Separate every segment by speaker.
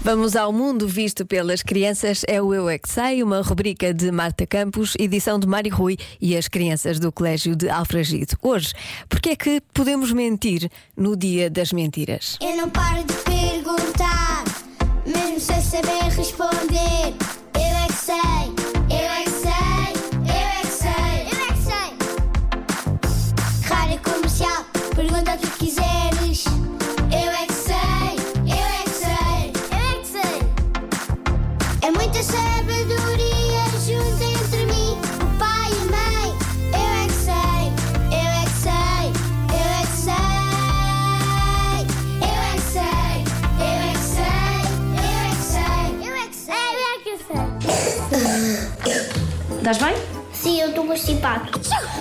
Speaker 1: Vamos ao mundo visto pelas crianças. É o Eu é que Sei, uma rubrica de Marta Campos, edição de Mário Rui e as crianças do Colégio de Alfragido. Hoje, porque é que podemos mentir no Dia das Mentiras?
Speaker 2: Eu não paro de perguntar, mesmo sem saber responder. Eu é que sei, eu é que sei, eu é que sei, eu é que sei. Rádio comercial, pergunta o que quiseres. Eu é que sei, eu é que sei, eu é que sei. É muita sabedoria junto entre mim, o pai e a mãe. Eu é que sei, eu é que sei, eu é que sei. Eu é que sei, eu é que sei, eu é que sei, eu é que sei, eu é que sei.
Speaker 3: Estás bem?
Speaker 2: Sim, eu estou constipado.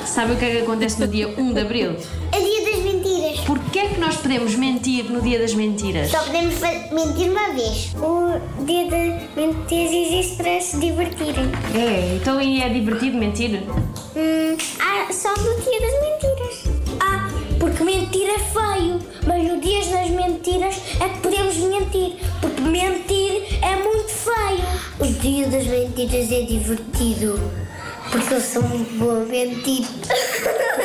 Speaker 3: Sabe o que é que acontece no dia 1 de Abril?
Speaker 2: É dia das mentiras.
Speaker 3: Porquê é que nós podemos mentir no dia das mentiras?
Speaker 2: Só podemos fa- mentir uma vez. O dia de mentiras existe para se divertirem.
Speaker 3: É, então e é divertido mentir?
Speaker 2: Hum, ah, só no dia das mentiras. Ah, porque mentir é feio. Mas no dia das mentiras é que podemos mentir. Porque mentir é muito feio. O dia das mentiras é divertido. Porque eu sou muito boa a mentir.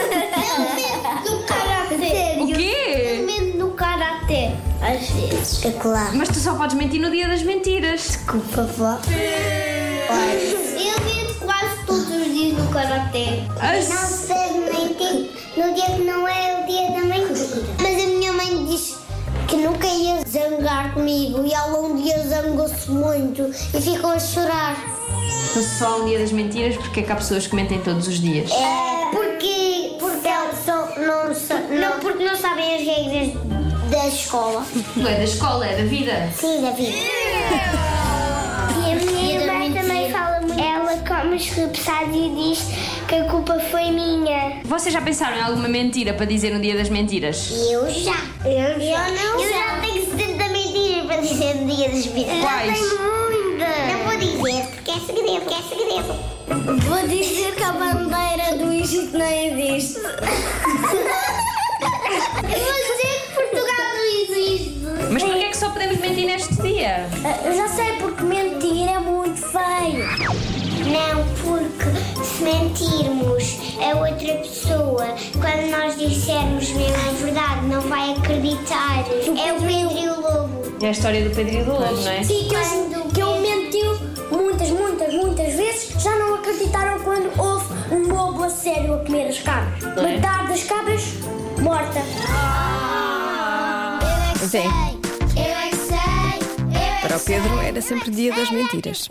Speaker 2: Eu do caráter.
Speaker 3: O quê?
Speaker 2: medo do caráter. Às vezes. É claro.
Speaker 3: Mas tu só podes mentir no dia das mentiras.
Speaker 2: Desculpa, vó. Eu vivo quase todos os dias no Karate.
Speaker 3: As-
Speaker 2: Não sei mentir no dia que não é o dia da mentira. Mas a minha mãe diz que nunca ia zangar comigo e ela um dia zangou-se muito e ficou a chorar.
Speaker 3: Então só no dia das mentiras porque é que há pessoas que mentem todos os dias.
Speaker 2: É porque, porque não, não, porque não sabem as regras da escola.
Speaker 3: Não é da escola, é da vida.
Speaker 2: Sim, David. E a minha irmã também fala muito. Ela come os repousados e diz que a culpa foi minha.
Speaker 3: Vocês já pensaram em alguma mentira para dizer no dia das mentiras?
Speaker 2: Eu já. Eu já. Eu, já tenho 70 mentiras para dizer no dia das mentiras.
Speaker 3: Quais?
Speaker 2: tenho muitas. Não vou dizer, porque é segredo, porque é segredo. Vou dizer que a bandeira do Egito não existe. Eu vou dizer que Portugal não existe.
Speaker 3: Mas porquê é que só podemos mentir neste dia?
Speaker 2: Ah, Eu já sei porque mentir é muito feio. Não, porque se mentirmos a outra pessoa, quando nós dissermos mesmo a verdade, não vai acreditar. É o Pedro e o Lobo.
Speaker 3: É a história do Pedro e do Lobo, não é?
Speaker 2: Sim, que eu, que eu mentiu muitas, muitas, muitas vezes. Já não acreditaram quando houve um lobo a sério a comer as cabras.
Speaker 3: é?
Speaker 2: Metade das cabras morta.
Speaker 1: Sim.
Speaker 2: Eu é que sei, eu é que é
Speaker 1: Para o Pedro era sempre dia das mentiras.